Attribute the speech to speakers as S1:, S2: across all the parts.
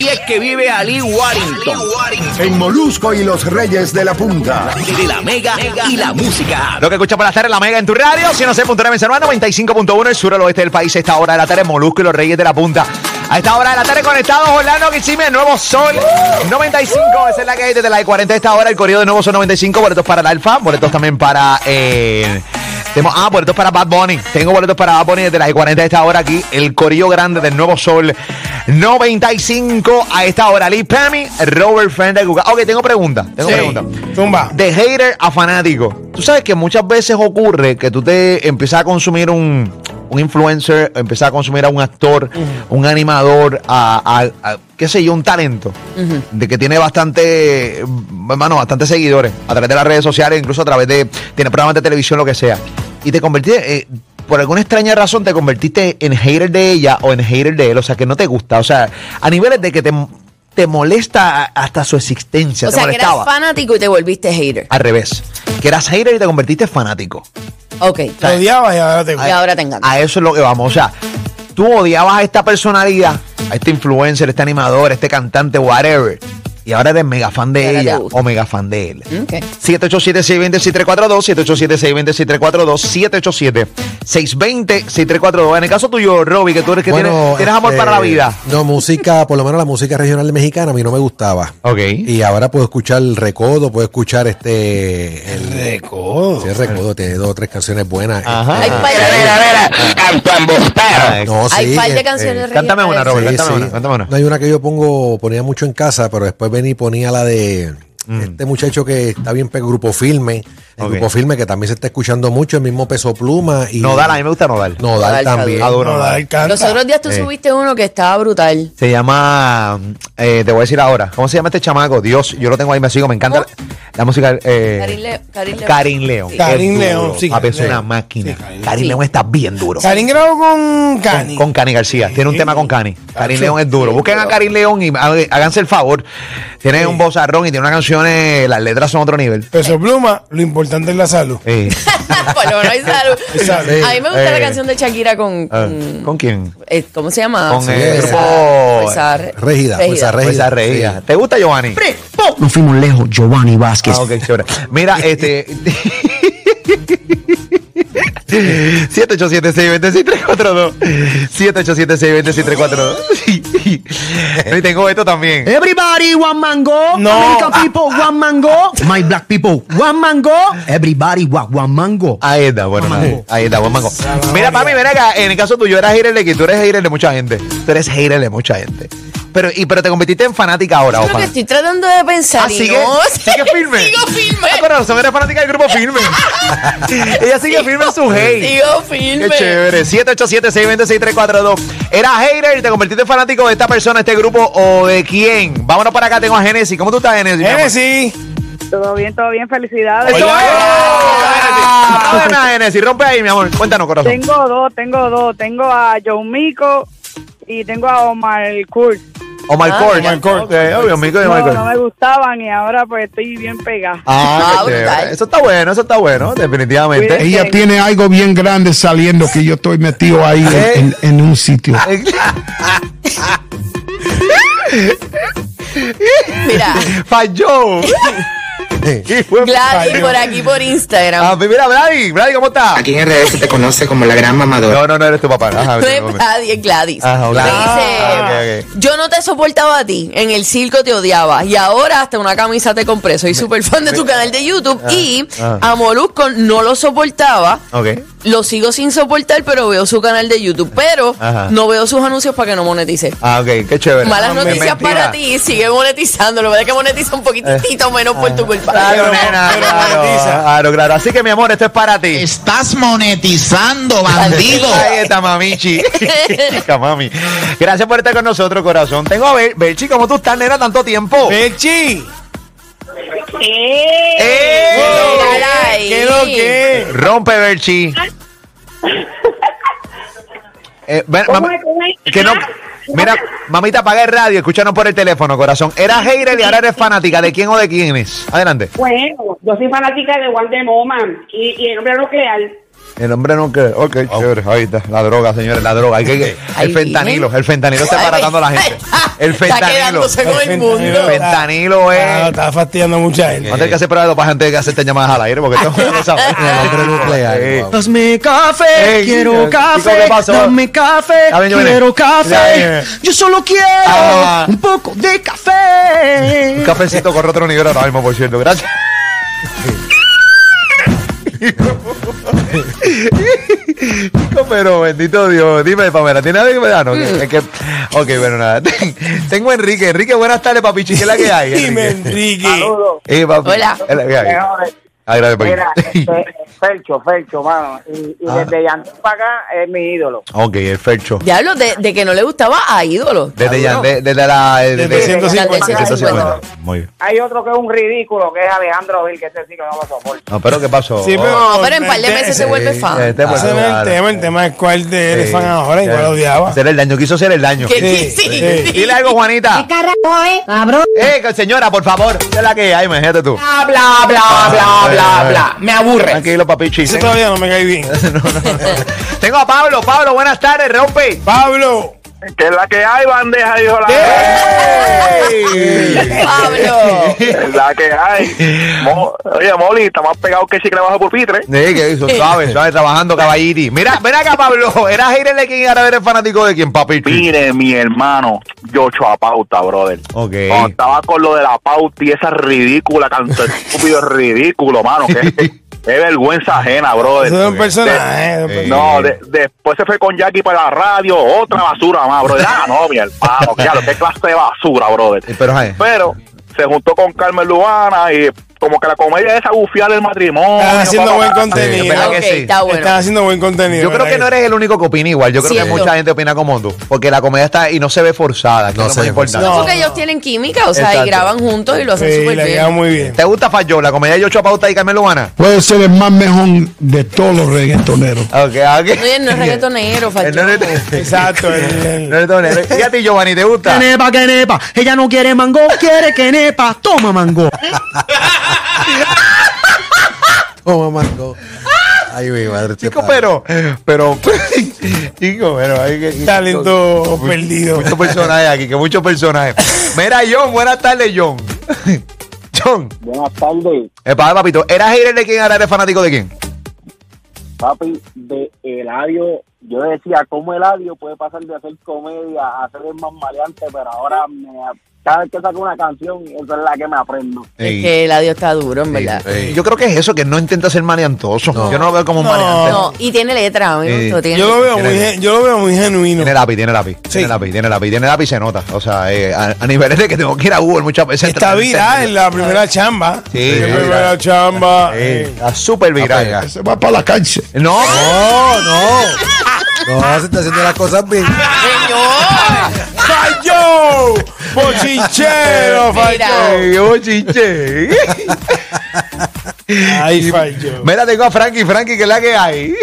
S1: Y es que vive Ali Warrington.
S2: En Molusco y los Reyes de la Punta.
S1: De la mega y la música.
S3: Lo que escuchas por la tarde, la mega en tu radio, 106.9 en San Juan, 95.1 el sur al oeste del país. A esta hora de la tarde, Molusco y los Reyes de la Punta. A esta hora de la tarde, conectados, Orlando, Kissimmee, el Nuevo Sol, 95, esa es la que hay desde la de 40 a esta hora, el corrido de Nuevo Sol 95, boletos para el Alfa, boletos también para... Eh, tenemos, ah, boletos para Bad Bunny. Tengo boletos para Bad Bunny desde las 40 a esta hora aquí. El Corillo Grande del Nuevo Sol. 95 a esta hora. Lee Pammy, Robert Fender Guga. Ok, tengo pregunta. Tengo
S4: Sí.
S3: pregunta.
S4: Zumba.
S3: De hater a fanático. Tú sabes que muchas veces ocurre que tú te empiezas a consumir un, un influencer, empiezas a consumir a un actor, un animador, a, a- a- qué sé yo, un talento de que tiene bastante, hermano, bastantes seguidores a través de las redes sociales, incluso a través de, tiene programas de televisión, lo que sea. Y te convertiste, eh, por alguna extraña razón, te convertiste en hater de ella o en hater de él, o sea, que no te gusta, o sea, a niveles de que te, te molesta hasta su existencia,
S5: O
S3: te
S5: sea, que eras
S3: molestaba
S5: fanático y te volviste hater.
S3: al revés. Que eras hater y te convertiste en fanático.
S5: Ok.
S4: Te odiabas y ahora te
S5: Y ahora te encanta.
S3: A eso es lo que vamos. O sea, tú odiabas a esta personalidad, a este influencer, este animador, este cantante, whatever. Y ahora eres mega fan
S5: Y
S3: de
S5: ahora te
S3: ella
S5: gusta.
S3: o mega fan de él.
S5: Ok.
S3: 787-620-6342, 787-620-6342, 787-620-6342. En el caso tuyo, Roby, que tú eres que
S6: Bueno,
S3: tienes, tienes amor
S6: este,
S3: para la vida.
S6: No, música, por lo menos la música regional mexicana a mí no me gustaba.
S3: Ok.
S6: Y ahora puedo escuchar el recodo, puedo escuchar este. El,
S4: Recodo.
S6: sí, el recodo tiene dos o tres canciones buenas.
S3: Ajá.
S5: Hay par de-
S3: Ah,
S6: No,
S5: Hay
S6: sí,
S5: par de
S6: este,
S5: canciones
S6: sí,
S3: Cántame una, Robert,
S5: regionales.
S3: cántame
S6: sí.
S3: una, cántame una.
S6: No hay una que yo pongo, ponía mucho en casa, pero después venía y ponía la de este muchacho que está bien, pe- grupo filme. El
S3: Mm. Ok.
S6: grupo filme que también se está escuchando mucho, el mismo peso pluma. Y,
S3: Nodal, a mí me gusta Nodal.
S6: Nodal
S5: Nodal
S6: también.
S3: Está duro,
S4: No,
S3: Nodal.
S4: la alcanza.
S5: Los otros días tú
S3: Eh.
S5: subiste uno que estaba brutal.
S3: Se llama, eh, te voy a decir ahora, ¿cómo se llama este chamaco? Dios, yo lo tengo ahí, me sigo, me encanta la,
S4: Oh.
S3: la música. Eh,
S5: Karin Leo- Karin León.
S3: Karin León.
S4: Karin
S3: Es duro,
S4: León, sí,
S3: papi, es
S4: Karin
S3: una
S4: León.
S3: máquina.
S4: Sí, Karin
S3: Karin León está bien duro.
S4: Karin grabó con
S3: Con-
S4: Cani.
S3: Con Cani García. Tiene un tema con Cani. Karin León es duro. Busquen a Karin León y há- háganse el favor. Tiene un bozarrón y tiene unas canciones, las letras son otro nivel.
S4: Peso Pluma, lo importante es la salud.
S3: Eh,
S5: Por lo menos hay salud.
S4: Hay salud.
S5: A mí me gusta
S3: Eh.
S5: la canción de Shakira con.
S3: ah,
S5: con-
S3: ¿Con quién?
S5: eh, ¿Cómo se llama?
S3: Con el
S5: Fuerza-
S3: grupo-
S5: Fuerza-
S6: Régida, Fuerza Régida.
S3: Pues Arreía.
S6: Sí.
S3: ¿Te gusta, Giovanni?
S1: Nos fuimos lejos, Giovanni Vázquez.
S3: Ah, ok, chévere. Mira, este. 787-620-6342. 787-620-6342. Y tengo esto también.
S1: Everybody, one mango.
S4: No.
S1: American people, one mango. My black people, one mango. Everybody, one, one mango.
S3: Ahí está, bueno, nada.
S1: Mango.
S3: ahí está, buen mango. Mira, papi, ven acá. En el caso tuyo eras hater de que tú eres hater de mucha gente. Tú eres hater de mucha gente. Pero, y, pero te convertiste en fanática ahora, o
S5: Lo que
S3: fan-
S5: estoy tratando de pensar.
S3: Ah,
S5: y
S3: sigue,
S5: no sé.
S3: sigue firme.
S5: Sigo firme.
S3: Ah, con razón, eres fanática del grupo firme. Ella sigue firme en su hate.
S5: Sigo firme.
S3: Qué chévere. 787-626-342. Eras hater y te convertiste en fanático de esta persona, este grupo o de quién. Vámonos para acá, tengo a Genesis. ¿Cómo tú estás, Genesis? mi amor?
S4: Genesis.
S7: Todo bien, todo bien, felicidades.
S3: ¡Eso es!
S4: Oye.
S3: Dame una, Genesis. Rompe ahí, mi amor. Cuéntanos, corazón.
S7: Tengo dos, tengo dos. Tengo a John Mico y tengo a Omar Kurt.
S3: Omar
S5: Ah,
S3: Cord.
S5: mira.
S3: Omar Cord. Eh, obvio, amigo de
S7: No,
S3: Omar Cord.
S7: no me gustaban y ahora pues estoy bien pegada.
S3: Ah,
S5: Ah,
S3: qué
S5: brutal.
S3: chévere. Eso está bueno, eso está bueno, definitivamente.
S7: Cuídense.
S8: Ella tiene algo bien grande saliendo que yo estoy metido ahí
S3: Eh,
S8: en, en- en un sitio.
S5: Mira,
S3: Falló. Y fue-
S5: Gladys por aquí por
S3: Ah,
S5: Instagram.
S3: mira, Brady, Brady, ¿cómo estás?
S9: Aquí en RD se te conoce como la gran mamadora.
S3: No, no, no eres tu papá. Ajá,
S5: No es Gladys, es Gladys.
S3: Ajá, Gladys. Ah.
S5: Dice, yo no te soportaba a ti, en el circo te odiaba y ahora hasta una camisa te compré. Soy súper fan de tu canal de YouTube y
S3: ah.
S5: a Molusco no lo soportaba.
S3: Ok.
S5: Lo sigo sin soportar, pero veo su canal de YouTube. Pero
S3: Ajá.
S5: no veo sus anuncios para que no monetice.
S3: Ah, ok, qué chévere.
S5: Malas
S3: No, me-
S5: noticias
S3: mentira. Eh.
S5: para ti, sigue monetizando. Lo verdad es que monetiza un poquitito menos por
S3: Ah.
S5: tu culpa.
S3: Claro, nena,
S4: pero
S3: claro,
S4: monetiza.
S3: claro, claro. Así que, mi amor, esto es para ti.
S9: Estás monetizando, bandido.
S3: Ahí está, mamichi. Chica, mami. Gracias por estar con nosotros, corazón. Tengo a ver, Belchi, ¿cómo tú estás, nena, tanto tiempo?
S4: Pechi.
S3: ¡Eh!
S5: Caray.
S4: ¿Qué lo que?
S3: Rompe, Belchi. Eh, ven, mami- que no, mira, mamita, apaga el radio, escúchanos por el teléfono, corazón. Era hater y ahora eres fanática. ¿De quién o de quién es? Adelante.
S7: Bueno, yo soy fanática de Wonder Woman y, y el hombre nuclear.
S3: El hombre no cree. Ok, chévere. Ahí está. La droga, señores, la droga. Hay que- que-
S5: Ahí
S3: el fentanilo.
S5: viene.
S3: El fentanilo está embaratando a la gente. El
S5: Está
S3: fentanilo.
S5: quedándose con el
S3: El
S5: mundo.
S3: fentanilo
S4: Ah,
S3: es.
S4: estaba fastidiando a mucha
S3: No
S4: gente.
S3: tener que hacer pruebas de dopaje antes de que hacerte llamadas al aire, porque esto no lo sabes.
S6: El hombre nuclear,
S3: Sí.
S6: wow.
S1: Hazme café,
S3: Ey, chico,
S1: quiero
S3: ¿qué
S1: café,
S3: pasó?
S1: dame café,
S3: Está bien, yo vine.
S1: quiero
S3: Está
S1: café.
S3: bien.
S1: Yo solo quiero
S3: Ah.
S1: un poco de
S3: Un
S1: café.
S3: cafecito corre otro nivel ahora mismo, por cierto. Gracias. Chico, pero bendito Dios. Dime, Pamela, ¿tiene algo que me da? No, que- es que- ok, bueno, nada. Tengo a Enrique. Enrique, buenas tardes, papi. ¿Qué es la que hay?
S4: Dime,
S3: Enrique?
S4: Enrique.
S10: Saludos.
S3: Eh, papi,
S5: Hola.
S3: ¿qué es la que hay? Ah, gracias, papi.
S10: Mira, este, Fercho, Fercho, mano. Y, y desde Yandel para acá es mi ídolo.
S3: Ok, el Fercho.
S5: Diablo, de, de que no le gustaba a ídolo.
S3: Desde, ya,
S5: Cabrón.
S3: de- desde la... eh,
S4: Desde
S3: desde-
S4: 150.
S3: desde 150. Muy bien.
S10: Hay otro que es un ridículo, que es Alejandro Gil, que ese sí que no lo soporto.
S3: No, pero ¿qué pasó?
S4: Sí, pero-
S5: No, pero en par de meses se
S4: Sí,
S5: vuelve fan.
S3: Este, pues,
S4: Ese no es el
S3: claro.
S4: tema, el tema es cuál de eres
S3: Sí,
S4: fan ahora, igual
S3: ya.
S4: odiaba.
S3: Hacer el daño, quiso hacer el daño.
S5: Que-
S4: Sí,
S5: sí,
S4: sí.
S5: sí.
S3: Dile algo, Juanita.
S11: carajo, eh? Cabrón.
S3: Eh, que señora, por favor, ¿qué es la que hay? Imagínate tú.
S9: Bla, bla, bla, bla, bla, bla. Me aburre.
S3: Tranquilo, papi chiste.
S4: Ese todavía no me cae bien.
S3: Tengo a Pablo. Pablo, buenas tardes, rompe.
S4: Pablo.
S10: Que es la que hay, bandeja, dijo la
S5: Pablo.
S10: Es la que hay. Mo- Oye, Molly, está más pegado que chicle bajo pupitre.
S3: Sí, que eso, suave, suave, trabajando, caballiti. Mira, ven acá, Pablo. ¿Eras hater de quién y ahora eres fanático de quién, papi?
S10: Mire, mi hermano, yo a pauta, brother.
S3: Ok.
S10: Cuando estaba con lo de la pauta y esa ridícula, canto estúpido ridículo, mano. Que, que- qué vergüenza ajena, brother.
S4: Eso es un
S10: De-
S4: personaje. es un personaje.
S10: No, de- después se fue con Jackie para la radio, otra basura más, brother. Ah, no, mi hermano, claro, qué clase de basura, brother.
S3: Eh, Pero, ay,
S10: Pero se juntó con Carmen Lubana y como que la comedia es agufiar el matrimonio.
S4: Están haciendo
S10: papá.
S4: buen
S3: Sí,
S4: contenido.
S3: ¿verdad
S5: Ah, ok,
S3: que sí?
S5: está bueno.
S4: Están haciendo buen contenido.
S3: yo creo
S4: ¿verdad
S3: que no eres el único que opina igual. Yo creo que
S5: Cierto.
S3: mucha gente opina como tú. Porque la comedia está y no se ve forzada, que
S6: No
S3: es lo
S6: se
S3: más
S6: ve
S3: importante.
S4: forzada.
S5: Porque ellos tienen química, o sea,
S3: Exacto.
S5: y graban juntos y lo hacen
S4: Sí,
S5: súper
S4: la
S5: bien.
S4: lleva muy bien.
S3: ¿Te gusta Fayol, la comedia de Yocho Pauta y Carmen Lubana?
S8: Puede
S6: Pues,
S8: ser el más mejor de todos los reggaetoneros.
S3: Ok, ok.
S5: No, él no es reggaetonero,
S3: Eh,
S5: Falló.
S3: no eres-
S4: Exacto. el- el-
S3: No eres tonero. ¿Y a ti, Giovanni, te gusta?
S1: Que nepa, que nepa. Ella no quiere mango, quiere que nepa. Toma mango.
S6: Toma, Marco. Ay, mi madre. este
S3: Chico,
S6: padre.
S3: pero, pero, chico, pero hay que.
S4: Talento perdido.
S3: Muchos personajes aquí, que muchos personajes. Mira, John, buenas tardes, John. John,
S10: Buenas tardes,
S3: epa, papito, ¿eras hater de quién? ¿Ahora eres fanático de quién?
S10: papi, de Eladio. Yo decía, ¿cómo Eladio puede pasar de hacer comedia a hacer el más maleante? Pero ahora, me, cada vez que saco una canción, esa es la que me aprendo.
S5: Es que el adiós está duro, en
S3: Sí,
S5: verdad.
S3: sí. Yo creo que es eso, que no intenta ser maniantoso. Yo no lo veo como un
S4: No.
S3: maniante.
S5: No, y tiene letra, a mí me
S3: Sí.
S5: gustó, tiene
S4: Yo lo
S5: letra.
S4: veo muy, gen- yo lo veo muy genuino.
S3: Tiene lápiz, tiene lápiz, tiene lápiz, tiene lápiz, tiene lápiz, y se nota. O sea, eh, a, a niveles de que tengo que ir a Google muchas veces.
S4: Está viral en la primera chamba.
S3: Sí,
S4: En la
S3: viral.
S4: primera chamba.
S3: Eh, Está súper viral. ya.
S8: Se va para la cárcel.
S3: No,
S6: No, no. No, se está haciendo las cosas bien.
S4: Ah, ¡Falló! ¡Bochinchero! ¡Falló!
S3: Ay, yo chiche.
S4: ¡Ay, falló!
S3: Mira, tengo a Frankie, Frankie, que es la que hay.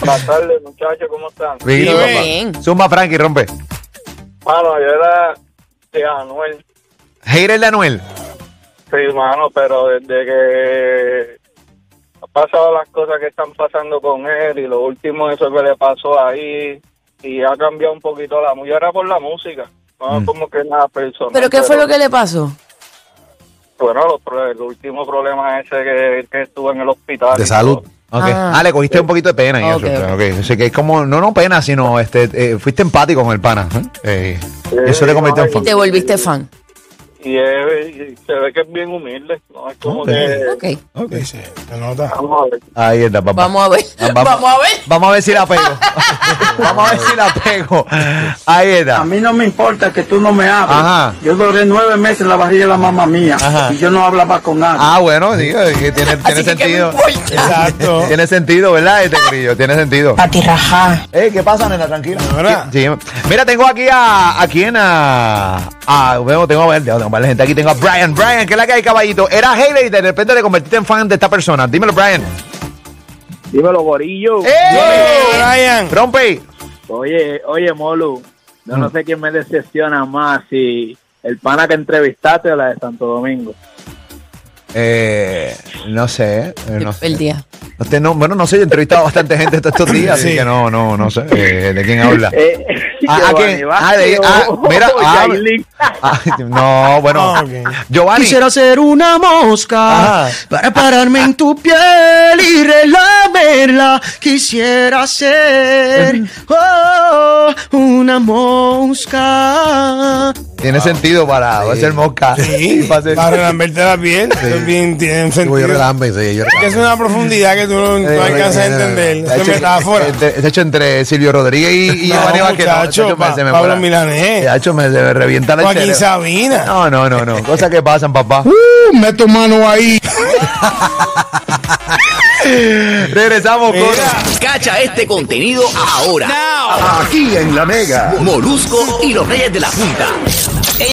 S10: Buenas tardes, muchachos, ¿cómo están?
S3: Mira,
S5: Muy
S3: papá.
S5: bien.
S3: Zumba, Frankie, rompe.
S10: Mano, yo era de Anuel,
S3: Hater de Anuel.
S10: sí, mano, pero desde que ha pasado las cosas que están pasando con él y lo último eso que le pasó ahí y ha cambiado un poquito la
S3: Mm.
S10: música, era por la música, no como que nada personal.
S5: ¿Pero qué fue lo que le pasó?
S10: Bueno, los pro- el último problema ese que, que estuve en el hospital.
S3: De salud. Okay. Ah, le cogiste un poquito de pena y
S10: Ok,
S3: eso.
S10: ok.
S3: ok. Así que es como, no, no pena, sino este, eh, fuiste empático con el pana. ¿eh? Eh, eso le convirtió en fan.
S5: Te volviste fan.
S10: Y, es- y se ve que es bien humilde, ¿no? Es como
S3: Ok.
S10: que...
S3: Ok.
S10: Vamos a ver.
S3: Ahí está, papá.
S5: Vamos a ver. Vamos a ver.
S3: Vamos a ver si la pego. Vamos a ver si la pego. Ahí está.
S12: A mí no me importa que tú no me hables.
S3: Ajá.
S12: Yo duré nueve meses en la barriga de la mamá mía y yo no hablaba con nadie.
S3: Ah, bueno, sí, eh, que tiene, tiene sentido. Exacto. tiene sentido, ¿verdad, este grillo? Tiene sentido.
S9: Patirrajá.
S3: Eh, ¿qué pasa, nena? Tranquila. Sí. Mira, tengo aquí a. ¿A quién? A. a bueno, tengo, a ver, tengo varias gente aquí. Tengo a Brian. Brian, ¿qué es la que hay, caballito? Era Haley y de repente te convertiste en fan de esta persona. Dímelo, Brian.
S10: Dímelo, gorillo.
S3: Eh. Brian. Rompe.
S10: Oye, oye, Molu, yo no sé quién me decepciona más, si el pana que entrevistaste o la de Santo Domingo.
S3: Eh, no sé. eh, no sé.
S5: El día.
S3: No te- no- bueno, no sé, yo he entrevistado a bastante gente estos, estos días, así que no, no, no sé eh, de quién habla.
S10: Eh,
S3: Ah, ¿a
S10: Giovanni
S3: quién?
S10: Vázquez,
S3: Ah, de- ah,
S10: oh,
S3: mira,
S10: oh,
S3: ah,
S10: Yailin.
S3: ah, no, bueno, Giovanni.
S1: Quisiera ser una mosca para pararme en tu piel y relamerla. Quisiera ser oh, una mosca.
S3: Tiene sentido para hacer mosca.
S4: Sí, para relamberte la piel. eso es bien, tiene sentido.
S6: relambe, sí, yo
S4: Es que es una profundidad que tú no, no alcanzas a entender.
S3: De
S4: Eso es metáfora.
S3: este, hecho, entre Silvio Rodríguez y, y
S4: No,
S3: Giovanni Vázquez. no,
S4: muchacho,
S3: chacho,
S4: pa-
S3: se me
S4: Pablo
S3: para-
S4: Milanés.
S3: Chacho, me se me revienta la
S4: Joaquín Sabina.
S3: No, no, no, no. Cosas que pasan, papá.
S8: Uh, meto mano ahí.
S3: Regresamos con.
S13: Cacha este contenido ahora.
S2: Aquí en La Mega.
S13: Molusco y los Reyes de la Punta.